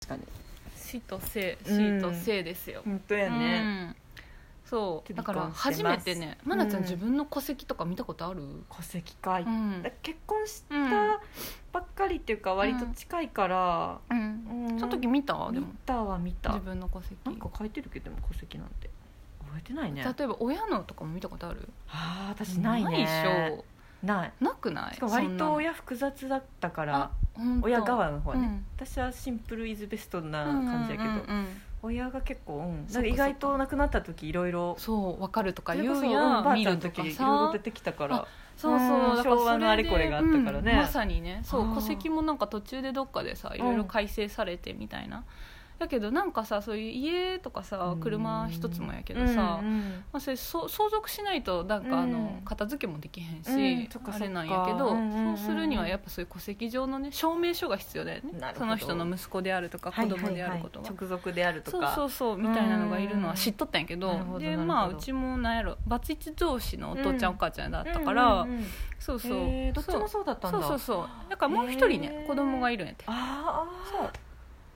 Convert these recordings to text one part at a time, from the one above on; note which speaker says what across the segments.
Speaker 1: 確かに
Speaker 2: 死と生
Speaker 1: うん
Speaker 2: 死と生ですよ、
Speaker 1: 本当やね、
Speaker 2: うんそうだから
Speaker 1: 結婚して
Speaker 2: 初
Speaker 1: ます
Speaker 2: めてね愛菜ちゃ
Speaker 1: うん
Speaker 2: ん自分の戸籍とか見たことある、
Speaker 1: 戸籍か、
Speaker 2: うん
Speaker 1: だ結婚し
Speaker 2: うん
Speaker 1: たばっかりっていうか割と近いから、
Speaker 2: うん
Speaker 1: うん
Speaker 2: その時見たで
Speaker 1: 見
Speaker 2: も
Speaker 1: たは見た
Speaker 2: 自分の戸籍
Speaker 1: なんか書いてるけどでも戸籍なんて覚えてないね
Speaker 2: 例えば親のとかも見たことある
Speaker 1: ああ私ないね
Speaker 2: ないでし
Speaker 1: ない
Speaker 2: ょなくない
Speaker 1: しかも割と
Speaker 2: そ
Speaker 1: 親複雑だったか
Speaker 2: んな
Speaker 1: ら
Speaker 2: あほんと
Speaker 1: 親側の方ね、
Speaker 2: うん
Speaker 1: 私はシンプルイズベストな
Speaker 2: うんうんうんうん
Speaker 1: 感じやけど、親が結構、うん、
Speaker 2: そ
Speaker 1: な
Speaker 2: っかそっ
Speaker 1: んか
Speaker 2: か
Speaker 1: 意外と亡くなった時いろいろ
Speaker 2: そう分かるとか
Speaker 1: それ
Speaker 2: 言
Speaker 1: こそうお
Speaker 2: や
Speaker 1: ばあ
Speaker 2: 見
Speaker 1: ちゃん
Speaker 2: る
Speaker 1: の
Speaker 2: と
Speaker 1: 時
Speaker 2: か
Speaker 1: いろいろ
Speaker 2: さ
Speaker 1: 出てきたから
Speaker 2: そうそう
Speaker 1: うん
Speaker 2: だから
Speaker 1: 昭和
Speaker 2: それで
Speaker 1: のあれこれがあったからね
Speaker 2: うんまさにねそ
Speaker 1: あー
Speaker 2: う戸籍もなんか途中でどっかでさいろいろ改正されてみたいな、だけどなんかさそういう家とかさ車一つもやけどさ、
Speaker 1: うんうん
Speaker 2: まあ、それそ相続しないとなんかあの、
Speaker 1: うん
Speaker 2: 片付けもできへんし、
Speaker 1: うんそっか
Speaker 2: あ
Speaker 1: そっか
Speaker 2: れなんやけど、
Speaker 1: うんうんうん
Speaker 2: そうするにはやっぱそういう戸籍上のね証明書が必要だよね
Speaker 1: なるほど
Speaker 2: その人の息子であるとか子供であること
Speaker 1: はい
Speaker 2: が
Speaker 1: はいはい、直属であると
Speaker 2: そう
Speaker 1: か
Speaker 2: そうそうみたいなのがいるのは知っとったんやけ
Speaker 1: うん
Speaker 2: ど
Speaker 1: なるほどな
Speaker 2: で
Speaker 1: るほど
Speaker 2: まあうちもなんやろバツイチ同士のお父ちゃん、
Speaker 1: うん
Speaker 2: お母ちゃんだったから、
Speaker 1: うんうんうん
Speaker 2: そうそう、
Speaker 1: へーどっちも
Speaker 2: そ
Speaker 1: そうだった
Speaker 2: うん
Speaker 1: だ
Speaker 2: そうそうそうだからもう一人ね
Speaker 1: へー
Speaker 2: 子供がいるんやって
Speaker 1: ああそう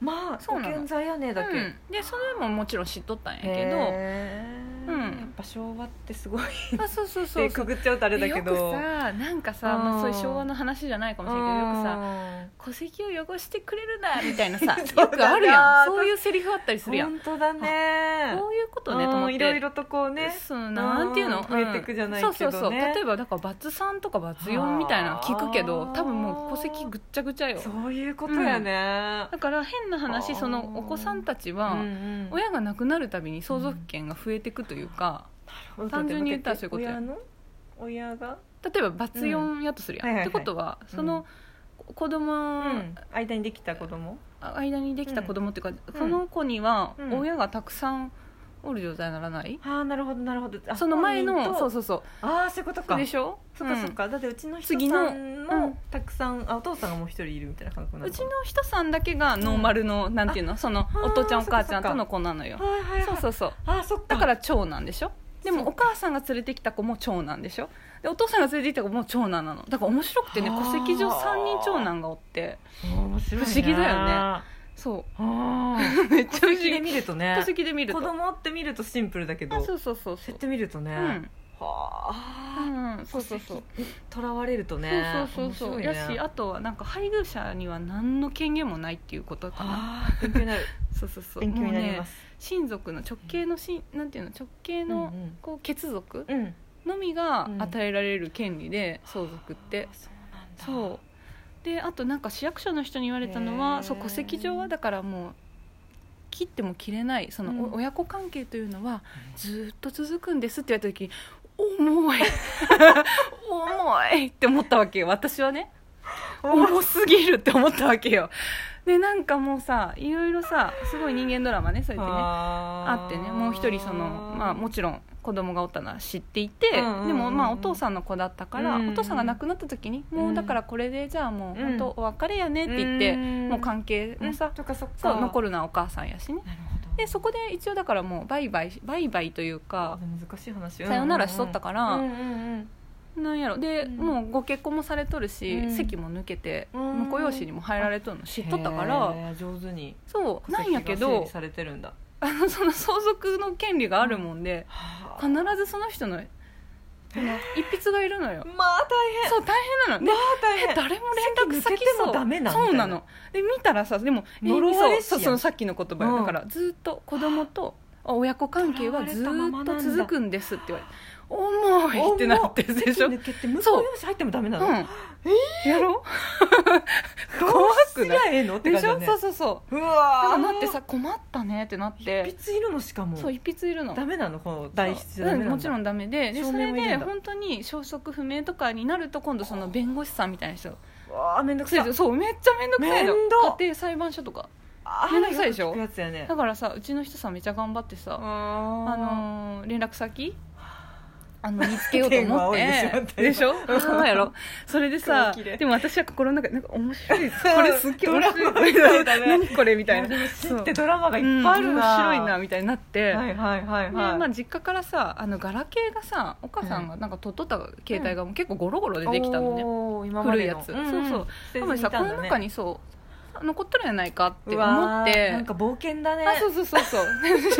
Speaker 1: まあ
Speaker 2: そうなの
Speaker 1: ご健在やねだけ、
Speaker 2: うん、でそれももちろん知っとったんやけど
Speaker 1: へー
Speaker 2: うん
Speaker 1: やっぱ昭和ってすごい
Speaker 2: あそうそうそう
Speaker 1: で
Speaker 2: そう
Speaker 1: くぐっちゃうとあれだけど
Speaker 2: でよくさなんかさ、まあ、そういう昭和の話じゃないかもしれないけどよくさ
Speaker 1: さ
Speaker 2: 戸籍を汚してくれるなみたいなさ
Speaker 1: そうだな
Speaker 2: よくあるやんそういうセリフあったりするやん
Speaker 1: 本当だね
Speaker 2: こういうことねと思って
Speaker 1: うんいろいろとこうね
Speaker 2: そうなんていうの
Speaker 1: うん増えてくじゃないけどね
Speaker 2: そうそうそう例えばだからバツ3とかバツ4みたいなの聞くけど
Speaker 1: はあ
Speaker 2: 多分もう戸籍ぐっちゃぐちゃよ
Speaker 1: そういうことやね、
Speaker 2: だから変な
Speaker 1: あ
Speaker 2: 話
Speaker 1: ー
Speaker 2: そのお子さんたち
Speaker 1: うん
Speaker 2: は
Speaker 1: うん
Speaker 2: 親が亡くなるたびに相続権が増えていくというか、単純に言ったらそういうことや
Speaker 1: 親の親が、
Speaker 2: 例えばバツ4やとするやん、
Speaker 1: うんはいはいはい
Speaker 2: ってことはその、子供、
Speaker 1: うん、間にできた子供
Speaker 2: 間にできた子供っていうか、その子には
Speaker 1: うん
Speaker 2: 親がたくさんおる状態にならない、
Speaker 1: ああなるほどなるほどあ
Speaker 2: その前
Speaker 1: 本人
Speaker 2: の
Speaker 1: と
Speaker 2: そうそうそう
Speaker 1: ああそういうこと
Speaker 2: そ
Speaker 1: か
Speaker 2: うでしょ
Speaker 1: そっか
Speaker 2: うん
Speaker 1: そっか、だってうちの人
Speaker 2: 次の
Speaker 1: さんも、
Speaker 2: うん
Speaker 1: たくさんあお父さんがもう一人いるみたいな感覚な
Speaker 2: う
Speaker 1: の
Speaker 2: ちの人さんだけがノーマルの、なんていうのその
Speaker 1: ー
Speaker 2: お父ちゃんお母ち
Speaker 1: そ
Speaker 2: ゃん
Speaker 1: っかそっか
Speaker 2: との子なのよ
Speaker 1: はいはいはい
Speaker 2: そうそうそう
Speaker 1: あーそっか
Speaker 2: だから長男でしょで
Speaker 1: そ
Speaker 2: も
Speaker 1: う
Speaker 2: お母さんが連れてきた子も長男でしょでお父さんが連れてきた子も長男なのだから面白くてね
Speaker 1: はあ
Speaker 2: 戸籍上3人長男がおって
Speaker 1: 面白い
Speaker 2: 不思議だよね
Speaker 1: あ
Speaker 2: そ
Speaker 1: ー
Speaker 2: うめっちゃ不
Speaker 1: 戸
Speaker 2: 思
Speaker 1: 籍で
Speaker 2: 議
Speaker 1: 見るとね
Speaker 2: 戸籍で見る
Speaker 1: 子
Speaker 2: と
Speaker 1: 供って見るとシンプルだけど
Speaker 2: あそうそうそうそ
Speaker 1: 設
Speaker 2: う
Speaker 1: 定見るとね、
Speaker 2: うん
Speaker 1: は
Speaker 2: う
Speaker 1: あ
Speaker 2: ん、そうそうそう
Speaker 1: とらわれるとね
Speaker 2: そうそうそうそう
Speaker 1: 面白い
Speaker 2: や
Speaker 1: ね
Speaker 2: しあとはなんか配偶者には何の権限もないっていうことかな
Speaker 1: あー勉強になる
Speaker 2: そうそうそう
Speaker 1: 勉強になり
Speaker 2: もう
Speaker 1: ま
Speaker 2: ね
Speaker 1: す、
Speaker 2: 親族の直系のしなんていうの直系
Speaker 1: うん
Speaker 2: のこう血族
Speaker 1: うんうん
Speaker 2: のみが
Speaker 1: うん
Speaker 2: 与えられる権利で相続っ
Speaker 1: あ
Speaker 2: て
Speaker 1: ーそうなんだ
Speaker 2: そうであとなんか市役所の人に言われたの
Speaker 1: へー
Speaker 2: はそう戸籍上はだからもう切っても切れないその、
Speaker 1: うん
Speaker 2: お親子関係というのはずっと続くんですって言われた時に重い重いって思ったわけよ私はね重すぎるって思ったわけよでなんかもうさいろいろさすごい人間ドラマねそうやってねあ
Speaker 1: あ
Speaker 2: ってねもう一人そのまあもちろん子供がおったのは知っていて、
Speaker 1: うんうんうん
Speaker 2: でもまあお父さんの子だったから、
Speaker 1: うんうん
Speaker 2: お父さんが亡くなった時に、もうだからこれでじゃあもう
Speaker 1: うん
Speaker 2: 本当お別れやねって言って、もう関
Speaker 1: 関
Speaker 2: 係もさ、
Speaker 1: とかそっか
Speaker 2: そう残
Speaker 1: る
Speaker 2: るのはお母さんやしね
Speaker 1: なるほど
Speaker 2: でそこで一応だからもうバイバイバイバイという
Speaker 1: あ
Speaker 2: か
Speaker 1: でも難しい話
Speaker 2: さよならしとったから、
Speaker 1: うんうん
Speaker 2: なんやろで、
Speaker 1: うん
Speaker 2: もうご結婚もされとるし、
Speaker 1: うん
Speaker 2: 席も抜けて、
Speaker 1: うん
Speaker 2: 婿養子にも入られとるの知
Speaker 1: 知
Speaker 2: っとったから
Speaker 1: 上手に
Speaker 2: そうなんやけ
Speaker 1: 戸籍が整
Speaker 2: ど
Speaker 1: 理されてるんだ
Speaker 2: あの その相続の権利があるもんで、
Speaker 1: はあ
Speaker 2: 必ずその人のこの一筆がいるのよ
Speaker 1: まあ大
Speaker 2: そう大変なの
Speaker 1: 変
Speaker 2: で
Speaker 1: まあ大変
Speaker 2: 誰も連絡
Speaker 1: 席抜
Speaker 2: 先
Speaker 1: けても
Speaker 2: そう
Speaker 1: ダメなんだよ
Speaker 2: そうなので見たらさでも
Speaker 1: 呪わ
Speaker 2: そ
Speaker 1: れしやん
Speaker 2: うそうそのさっきの言葉よ、
Speaker 1: うん
Speaker 2: だからずっと子供と親子関係はず
Speaker 1: 囚われたまま
Speaker 2: っ
Speaker 1: な
Speaker 2: と
Speaker 1: んだ
Speaker 2: 続くんですって言われて重いってなってるでしょ
Speaker 1: 席抜けて向こう用紙入ってもダメなの
Speaker 2: うん
Speaker 1: どう
Speaker 2: やろ
Speaker 1: すりゃええのって
Speaker 2: でし
Speaker 1: 感じだ
Speaker 2: ょ
Speaker 1: ね
Speaker 2: そうそうそう
Speaker 1: う
Speaker 2: だ
Speaker 1: わ
Speaker 2: か
Speaker 1: ー
Speaker 2: らなってさ困ったねってなって
Speaker 1: 一筆いるのしかも
Speaker 2: そう一筆いるの
Speaker 1: ダメなのこの代筆じゃダメ
Speaker 2: う
Speaker 1: なん
Speaker 2: ん
Speaker 1: だ
Speaker 2: もちろんダメででそ
Speaker 1: 証明
Speaker 2: れ
Speaker 1: もいる
Speaker 2: で
Speaker 1: んだ
Speaker 2: 本当に消息不明とかになると今度その弁護士さんみたいな人
Speaker 1: うわあめんどくさい
Speaker 2: そうめっちゃ面倒くさいの
Speaker 1: 面倒
Speaker 2: 家庭裁判所とか
Speaker 1: あー
Speaker 2: めんどくさいでしょ
Speaker 1: よく聞くやつやね
Speaker 2: だからさうちの人さめちゃ頑張って
Speaker 1: あ
Speaker 2: さあ
Speaker 1: の
Speaker 2: のー連絡先あの見つけようと思っ
Speaker 1: 天を 仰いでしまってたよ
Speaker 2: でしょそうやろそれでさ
Speaker 1: 黒切れ
Speaker 2: でも私は心の中でなんか面白い
Speaker 1: う
Speaker 2: これすっげえ面
Speaker 1: ドラマみた
Speaker 2: 白
Speaker 1: い
Speaker 2: い
Speaker 1: だね
Speaker 2: 何これみたいな
Speaker 1: 知ってドラマがいっぱいあるな、
Speaker 2: うん面白いなみたいになって、
Speaker 1: はいはいはい
Speaker 2: で
Speaker 1: はい、
Speaker 2: まあ、実家からさあのガラケーがさお母さんがなんか取っとった携帯がもう結構ゴロゴロでできたのね、
Speaker 1: おー今ま
Speaker 2: 古
Speaker 1: での
Speaker 2: いやつそうそう
Speaker 1: 捨て
Speaker 2: 多
Speaker 1: ずに
Speaker 2: 分
Speaker 1: い
Speaker 2: さ、
Speaker 1: た
Speaker 2: こ
Speaker 1: んだね
Speaker 2: の中にそう残っとるんやないかって
Speaker 1: う
Speaker 2: 思
Speaker 1: わ
Speaker 2: っ
Speaker 1: ー
Speaker 2: て
Speaker 1: なんか冒険だね
Speaker 2: あそうそうそうそう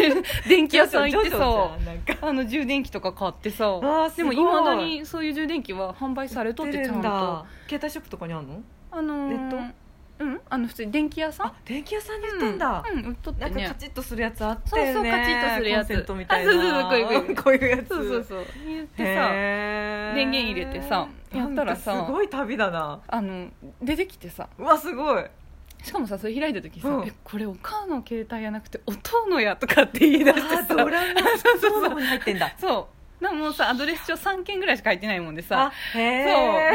Speaker 2: 電気屋さん行って
Speaker 1: ジョジョ
Speaker 2: さ
Speaker 1: じゃんなんか
Speaker 2: あの充電器とか買ってさ
Speaker 1: わあす
Speaker 2: でも
Speaker 1: ごい
Speaker 2: いまだにそういう充電器は販売されとって
Speaker 1: 出
Speaker 2: ちゃ
Speaker 1: る
Speaker 2: ん
Speaker 1: ん
Speaker 2: と
Speaker 1: だ携帯ショップとかにあるの
Speaker 2: あのー、
Speaker 1: ネッ
Speaker 2: うんあの普通に電気屋さん
Speaker 1: あ電気屋さんに売ってんだ
Speaker 2: うん、うん売っとって
Speaker 1: なんか
Speaker 2: ね
Speaker 1: カチッとするやつあったよね
Speaker 2: そうそうカチッとするやつ
Speaker 1: コンセントみたいな
Speaker 2: あそうそうそうこういうこういう
Speaker 1: こういうやつ
Speaker 2: そうそうそう言ってさ
Speaker 1: へー
Speaker 2: 電源入れてさやったらさ
Speaker 1: なんかすごい旅だな
Speaker 2: あの出てきてさ
Speaker 1: うわすごい
Speaker 2: しかもさそれ開いた時さ「
Speaker 1: うん
Speaker 2: えこれお母の携帯やなくてお父のや」とかって言い出して
Speaker 1: あ
Speaker 2: さ
Speaker 1: ドラマ
Speaker 2: そうそう
Speaker 1: そ
Speaker 2: そ
Speaker 1: うの
Speaker 2: う
Speaker 1: 方に入ってんだ
Speaker 2: そうなもうさアドレス帳3件ぐらいしか書いてないもんでさ
Speaker 1: あ
Speaker 2: そ
Speaker 1: へ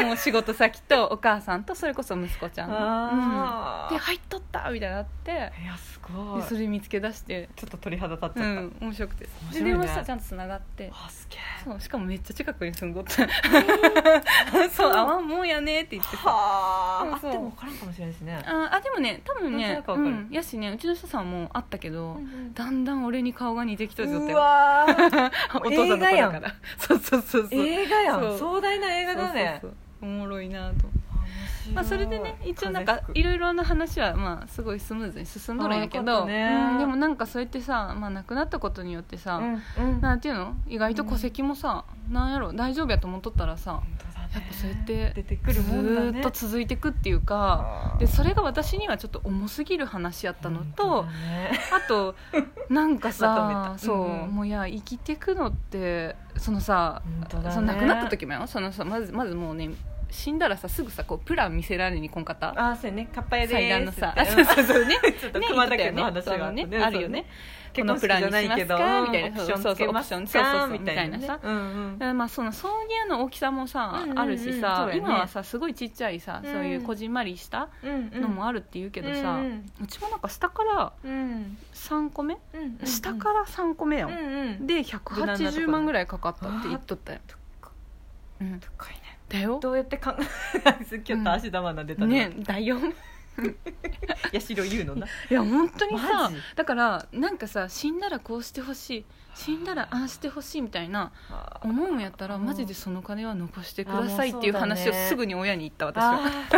Speaker 2: う
Speaker 1: え
Speaker 2: もう仕事先とお母さんとそれこそ息子ちゃんの、うん
Speaker 1: あ
Speaker 2: で入っとったみたいになって
Speaker 1: ーいやすご
Speaker 2: で
Speaker 1: い
Speaker 2: それ見つけ出して
Speaker 1: ちょっと鳥肌立
Speaker 2: う
Speaker 1: っちゃった
Speaker 2: ん面白くて
Speaker 1: 面
Speaker 2: で
Speaker 1: 白いね
Speaker 2: 電話したらちゃんとつながって
Speaker 1: あすげ
Speaker 2: そうしかもめっちゃ近くに住んどって そうあわんもんやねって言って
Speaker 1: え
Speaker 2: さ
Speaker 1: はあ
Speaker 2: そうそう
Speaker 1: あっても分からんかもしれないですね
Speaker 2: ああでもね多分
Speaker 1: なんと
Speaker 2: ね
Speaker 1: なく
Speaker 2: う
Speaker 1: わかる
Speaker 2: んやしねうちの人さんもあったけど、
Speaker 1: う
Speaker 2: だんだん俺に顔が似てきとるぞって
Speaker 1: うわ ー
Speaker 2: お父さんの子だからそうそうそうそう
Speaker 1: 映画や
Speaker 2: そうん
Speaker 1: 壮大な映画だね
Speaker 2: そうそうそうおもろいなと、
Speaker 1: 面白い
Speaker 2: まあ、それでね一応なんか
Speaker 1: 風
Speaker 2: い
Speaker 1: 吹く
Speaker 2: ろいろな話はまあすごいスムーズに進んどるんやけ
Speaker 1: あーよ
Speaker 2: ど、
Speaker 1: かったね
Speaker 2: うんでもなんかそうやってさ、まあ、亡くなったことによってさ、
Speaker 1: うんうん
Speaker 2: なんていうの意外と戸籍もさ、なんやろ大丈夫やと思っとったらさ
Speaker 1: 本当だね
Speaker 2: やっぱそうやって
Speaker 1: 出てく
Speaker 2: ず
Speaker 1: るもんだね
Speaker 2: ーっと続いてくっていうかでそれが私にはちょっと重すぎる話やったのと、
Speaker 1: 本当だね
Speaker 2: あとなんか
Speaker 1: まと
Speaker 2: さ
Speaker 1: めた
Speaker 2: そう、
Speaker 1: うん
Speaker 2: もういや生きてくのってそのさ、
Speaker 1: 本当だね
Speaker 2: その亡くなった時もよそのさまずまずもうね死んだらさすぐさこうプラン見せられにこんかった
Speaker 1: あーそうやねカッパ屋でーす
Speaker 2: 祭壇のさあ
Speaker 1: って
Speaker 2: そうそうそうね
Speaker 1: ちょっと熊田家の話があった
Speaker 2: ね
Speaker 1: ね
Speaker 2: 言ってたよねそうねあるよね
Speaker 1: 結婚式じゃないけど
Speaker 2: このプランにしますかみたいな
Speaker 1: オプションつけます
Speaker 2: そうそうオプションそうそう
Speaker 1: か
Speaker 2: そう
Speaker 1: みたいな
Speaker 2: みたいなさ
Speaker 1: ねうんうん
Speaker 2: まあその葬儀屋の大きさもさ、
Speaker 1: うんうんうん
Speaker 2: あるしさ、
Speaker 1: そうやね
Speaker 2: 今はさすごいちっちゃいさ、
Speaker 1: うん
Speaker 2: そういうこじんまりした
Speaker 1: うんうん
Speaker 2: のもあるっていうけどさ、う
Speaker 1: うん
Speaker 2: ちもなんか下から
Speaker 1: うん
Speaker 2: 3個目、
Speaker 1: うんうん
Speaker 2: 下から3個目や、
Speaker 1: うんんで
Speaker 2: で180万ぐらいかかったって言っとったよ、うん、
Speaker 1: 深いね
Speaker 2: だよ
Speaker 1: どうやって 考え今日と足玉な出たな
Speaker 2: ねだよ
Speaker 1: やしろ言うのない
Speaker 2: や本当にさ
Speaker 1: マジ
Speaker 2: だからなんかさ死んだらこうしてほしい死んだらああしてほしいみたいな
Speaker 1: あー
Speaker 2: 思うんやったら
Speaker 1: うん
Speaker 2: マジでその金は残してください
Speaker 1: あも
Speaker 2: っ
Speaker 1: う
Speaker 2: ていう
Speaker 1: そうだね
Speaker 2: 話をすぐに親に言った私は
Speaker 1: あ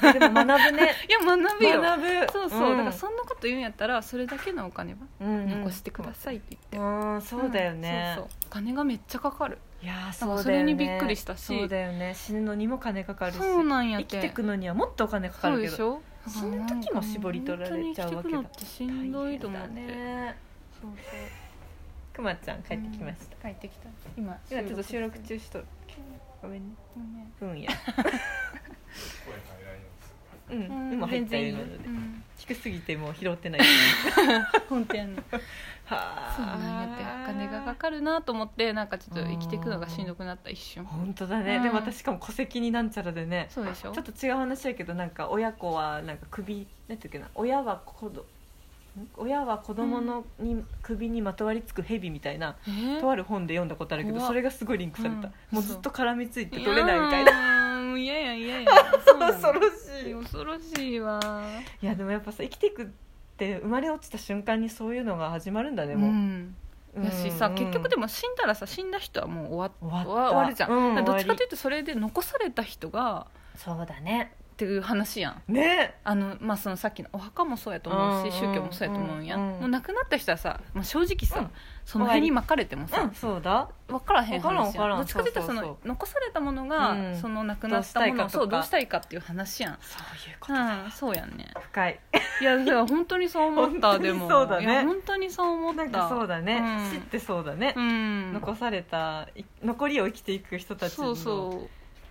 Speaker 1: ーでも学ぶね
Speaker 2: いや学ぶよ
Speaker 1: 学ぶ
Speaker 2: そうそう、
Speaker 1: ん
Speaker 2: だからそんなこと言うんやったらそれだけのお金は
Speaker 1: うんうん
Speaker 2: 残してくださいって
Speaker 1: う
Speaker 2: 言って、
Speaker 1: んそうだよね
Speaker 2: そうそうお金がめっちゃかかる
Speaker 1: いやー
Speaker 2: か
Speaker 1: そ
Speaker 2: ら
Speaker 1: うだよね
Speaker 2: それにびっくりしたし
Speaker 1: そうだよね死ぬのにも金かかるし
Speaker 2: そうなんや
Speaker 1: 生
Speaker 2: て
Speaker 1: きてくのにはもっとお金かか
Speaker 2: そう
Speaker 1: る
Speaker 2: で
Speaker 1: け
Speaker 2: し
Speaker 1: ど
Speaker 2: ょ
Speaker 1: 死ぬ時も絞り取られちゃうわけだ
Speaker 2: 本当に生きてくのってしんどいと思って、
Speaker 1: 大変だねそうそうくまちゃん帰ってきました
Speaker 2: 帰ってきた今
Speaker 1: 今ちょっと収録中しとるごめんね分野うん今入ったよ今ので低すぎてもう拾ってない
Speaker 2: 本店 の
Speaker 1: は
Speaker 2: そうなんやってお金がかかるなと思ってなんかちょっと生きていくのがしんどくなった一瞬
Speaker 1: 本当だね、
Speaker 2: うん
Speaker 1: でも私しかも戸籍になんちゃらでね
Speaker 2: そうでしょ
Speaker 1: ちょっと違う話やけどなんか親子はなんか首なんていうっけな親は子どん親は子供のに、首にまとわりつく蛇みたいな
Speaker 2: えー
Speaker 1: とある本で読んだことあるけど
Speaker 2: 怖っ
Speaker 1: それがすごいリンクされた、
Speaker 2: うん
Speaker 1: もうずっと絡みついて取れないみたいな
Speaker 2: なもう嫌や嫌や
Speaker 1: 恐ろしい
Speaker 2: い恐ろしいわ
Speaker 1: いやでもやっぱさ生きていくって生まれ落ちた瞬間にそういうのが始まるんだね
Speaker 2: で
Speaker 1: もう、うん
Speaker 2: やしさ結局で
Speaker 1: も
Speaker 2: も死んだらさ死んだ人はもう終わっ
Speaker 1: 終わった
Speaker 2: 終わ終わるじゃん、
Speaker 1: うん
Speaker 2: だからどっちか
Speaker 1: 終わり
Speaker 2: というとそれで残された人が
Speaker 1: そうだね
Speaker 2: っていう話やん
Speaker 1: ね
Speaker 2: あのまあ、そのさっきのお墓もそうやと思うし、
Speaker 1: うんう
Speaker 2: 宗
Speaker 1: ん
Speaker 2: 教もそうやと思うんや、
Speaker 1: うんうん
Speaker 2: もう亡くなった人はさ、まあ、正直さ、
Speaker 1: うん
Speaker 2: その辺に巻かれてもさ、
Speaker 1: うんそうだ
Speaker 2: 分からへん話
Speaker 1: 分か
Speaker 2: やん
Speaker 1: らん
Speaker 2: どっちかというと
Speaker 1: そ
Speaker 2: そう
Speaker 1: そうそう
Speaker 2: の残されたものが、
Speaker 1: うん
Speaker 2: その亡くなったものを
Speaker 1: どうしたいかとか
Speaker 2: そうどうしたいかっていう話やん
Speaker 1: そういうことだ、
Speaker 2: うん、そうやんね
Speaker 1: 深い
Speaker 2: いやだから本当にそう思った
Speaker 1: 本当に
Speaker 2: でも
Speaker 1: そうだね
Speaker 2: いや本当にそう思った
Speaker 1: なんかそうだね、
Speaker 2: うん
Speaker 1: 知ってそうだね、
Speaker 2: うん
Speaker 1: 残されたい残りを生きていく人たちの
Speaker 2: そうそ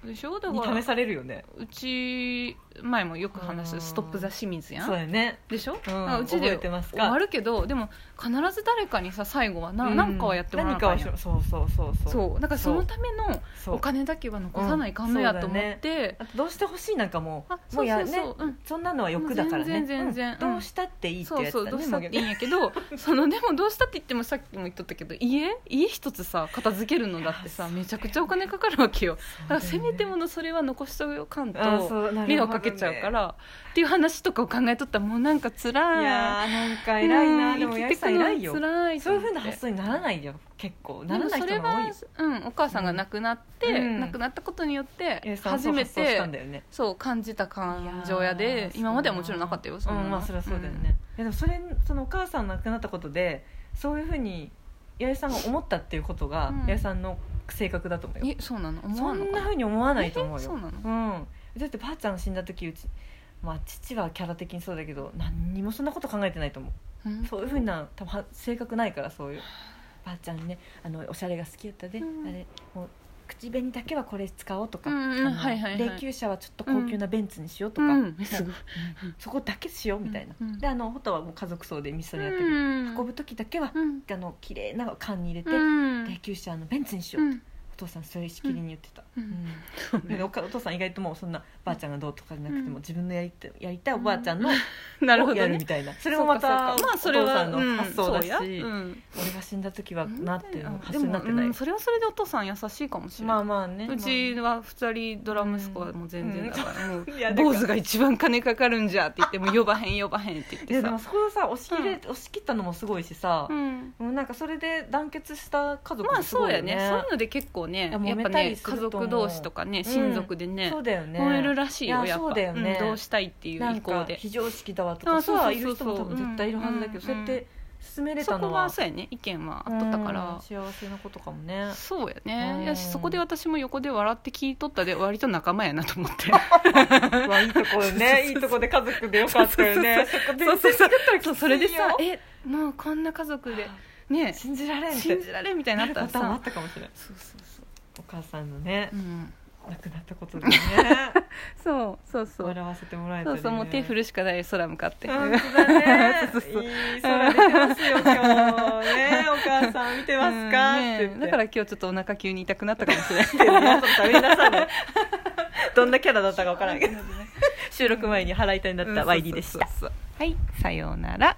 Speaker 2: うでしょだか
Speaker 1: に
Speaker 2: ら
Speaker 1: 試されるよね
Speaker 2: うち前もよく話した「ストップ・ザ・清水」やん
Speaker 1: そうやね
Speaker 2: でしょ、
Speaker 1: う
Speaker 2: うんうち
Speaker 1: 覚え
Speaker 2: で
Speaker 1: てますか
Speaker 2: 終わるけどでも必ず誰かにさ最後はな,、ん、なんかはやってもらわ
Speaker 1: 何
Speaker 2: なあ
Speaker 1: かを
Speaker 2: かん
Speaker 1: し
Speaker 2: やん
Speaker 1: ろそうそうそうそう
Speaker 2: そうだからそのための
Speaker 1: そう
Speaker 2: お金だけは残さないかんのやと思って、
Speaker 1: あとどうしてほしいなんかも
Speaker 2: あ
Speaker 1: も
Speaker 2: そうう
Speaker 1: や
Speaker 2: そう
Speaker 1: ね
Speaker 2: そう、うん
Speaker 1: そんなのは欲だからね
Speaker 2: 全然全然
Speaker 1: うん
Speaker 2: うん
Speaker 1: どうしたっていいって
Speaker 2: そう
Speaker 1: やつだ
Speaker 2: そう
Speaker 1: ね
Speaker 2: どうしたっていい
Speaker 1: も
Speaker 2: んやけ どそのでもどうしたって言ってもさっきも言っとったけど家家一つさ片付けるのだって
Speaker 1: い
Speaker 2: さ
Speaker 1: やそう
Speaker 2: めちゃくちゃお金かかるわけよだからせめんでものそれは残しとかんと
Speaker 1: あそうなるほどね
Speaker 2: 迷惑かけちゃうから、っていう話とかを考えとったらもうなんか辛
Speaker 1: い
Speaker 2: い
Speaker 1: やーなんか偉いな
Speaker 2: うん
Speaker 1: でも
Speaker 2: 生
Speaker 1: 八
Speaker 2: きてく
Speaker 1: 重さん
Speaker 2: の
Speaker 1: 偉いよ
Speaker 2: 辛いと
Speaker 1: そうい
Speaker 2: 思っ
Speaker 1: うふ
Speaker 2: て
Speaker 1: うな発想にならないよ結構ならない人
Speaker 2: で
Speaker 1: が多いよ
Speaker 2: もそれは、うん、お母さんが亡くなって、
Speaker 1: うん
Speaker 2: 亡くなったことによって
Speaker 1: 八重さんはそ
Speaker 2: 初
Speaker 1: う
Speaker 2: め
Speaker 1: 発想したん
Speaker 2: て
Speaker 1: だよね
Speaker 2: そう感じた感情や
Speaker 1: い
Speaker 2: で
Speaker 1: やー
Speaker 2: 今まではもちろんなかったよん
Speaker 1: そう
Speaker 2: な
Speaker 1: うんまあそれはそうだよね、いやでもそれそのお母さん亡くなったことでそういうふうに八重さんが思ったっていうことが、
Speaker 2: うん
Speaker 1: 八重さんの性格だと思う
Speaker 2: うん
Speaker 1: よ
Speaker 2: えそうなの思
Speaker 1: そ
Speaker 2: わんの
Speaker 1: んな
Speaker 2: か
Speaker 1: ふうに思わないと思う
Speaker 2: え
Speaker 1: よ
Speaker 2: そうなの
Speaker 1: うんだってばあちゃん死んだ時うちまあ父はキャラ的にそうだけど何にもそんなこと考えてないと思う
Speaker 2: うん
Speaker 1: そういうふうな多分は性格ないからそういうばあちゃんねあのおしゃれが好きやったで、
Speaker 2: うん
Speaker 1: あれもう口紅だけはこれ使おうとか、
Speaker 2: うんうん
Speaker 1: あの
Speaker 2: はいはいはい
Speaker 1: 霊柩車はちょっと高級なベンツにしようとか、
Speaker 2: うんすごい
Speaker 1: そこだけしようみたいな、
Speaker 2: うんうん
Speaker 1: であのホトはもう家族葬でミストにやってる、
Speaker 2: うん
Speaker 1: 運ぶ時だけは、
Speaker 2: うん
Speaker 1: あの綺麗な缶に入れて、
Speaker 2: うん
Speaker 1: 霊柩車のベンツにしよ
Speaker 2: う
Speaker 1: う、
Speaker 2: ん
Speaker 1: お父さんそれしきりに言ってた、
Speaker 2: うん
Speaker 1: うんでおかお父さん意外ともうそんなばあちゃんがどうとかじゃなくても、自分のやりたいやりたいおばあちゃんの、
Speaker 2: なるほど
Speaker 1: やる
Speaker 2: ね
Speaker 1: みたいなそ
Speaker 2: そ
Speaker 1: れもまた
Speaker 2: うかそうかまあそ
Speaker 1: お
Speaker 2: れ
Speaker 1: 父
Speaker 2: は
Speaker 1: さんの発想だし、
Speaker 2: うんそうやうん
Speaker 1: 俺が死んだ時はなっていうの発
Speaker 2: で
Speaker 1: 想にな
Speaker 2: も
Speaker 1: ってない、
Speaker 2: うんそれはそれでお父さん優しいかもしれ
Speaker 1: ま
Speaker 2: な
Speaker 1: あ
Speaker 2: い
Speaker 1: まあね
Speaker 2: うちは2人ドラ息子はもう全然だからもう
Speaker 1: いやだから
Speaker 2: 坊主が一番金かかるんじゃって言っても呼ばへん呼ばへんって言っ
Speaker 1: いや
Speaker 2: て
Speaker 1: で
Speaker 2: さ
Speaker 1: もそこでさ押し切れ、押し切ったのもすごいしさ
Speaker 2: う、ん
Speaker 1: もうなんかそれで団結した家族
Speaker 2: ま
Speaker 1: も
Speaker 2: あ
Speaker 1: す
Speaker 2: そう
Speaker 1: ごい
Speaker 2: や
Speaker 1: よ
Speaker 2: ね
Speaker 1: ね,、
Speaker 2: そういうので結構ねや
Speaker 1: いや
Speaker 2: っ
Speaker 1: 揉
Speaker 2: ぱ
Speaker 1: めた
Speaker 2: ね
Speaker 1: りす
Speaker 2: 家
Speaker 1: ると思う
Speaker 2: 族同士とかね親族でね
Speaker 1: そうだよね
Speaker 2: 燃えるらしいよ
Speaker 1: い
Speaker 2: や
Speaker 1: や
Speaker 2: っ
Speaker 1: そう
Speaker 2: ぱ
Speaker 1: だよね
Speaker 2: うんどうしたいっていう
Speaker 1: な
Speaker 2: 意
Speaker 1: ん
Speaker 2: 向
Speaker 1: か
Speaker 2: で
Speaker 1: 非常識だわとか
Speaker 2: あそうそ
Speaker 1: さ
Speaker 2: うそうそう
Speaker 1: いる人も多分絶対いるはずだけど、
Speaker 2: うん
Speaker 1: そうやって進めれ
Speaker 2: そ
Speaker 1: た
Speaker 2: こ
Speaker 1: の
Speaker 2: は
Speaker 1: は
Speaker 2: そうやね意見はあっとったから
Speaker 1: うん幸せなことか もね
Speaker 2: そうやね、や
Speaker 1: う
Speaker 2: し
Speaker 1: ん
Speaker 2: そこで私も横で笑って聞いとったで割と仲間やなと思って
Speaker 1: うわいいとこよねいいとこで家族でよかったよねそこで
Speaker 2: そうそうそう そうそれで
Speaker 1: き
Speaker 2: さ
Speaker 1: つ
Speaker 2: えもうこんな家族でね
Speaker 1: 信じられんって
Speaker 2: 信じられんみたいにな
Speaker 1: な
Speaker 2: っ
Speaker 1: る
Speaker 2: たら
Speaker 1: パターンもあ
Speaker 2: さ
Speaker 1: ったかもしれない
Speaker 2: そうそうそ
Speaker 1: お母さんのね
Speaker 2: う、うん、
Speaker 1: 亡くなったことでね
Speaker 2: そう そうそう
Speaker 1: 笑わせてもらえた
Speaker 2: そ
Speaker 1: り
Speaker 2: うそ
Speaker 1: ね
Speaker 2: うもう手振るしかない空向かって、
Speaker 1: 本当だ ね
Speaker 2: そうそうそう
Speaker 1: いい空出てますよ今日 ねお母さん見てますか、
Speaker 2: うんね
Speaker 1: って言って
Speaker 2: だから今日ちょっとお腹急に痛くなったかもしれ ない
Speaker 1: 皆さん食べなさ いねどんなキャラだったかわからんけど収録前に腹痛になった YD でした
Speaker 2: そうそうそうそうはいさようなら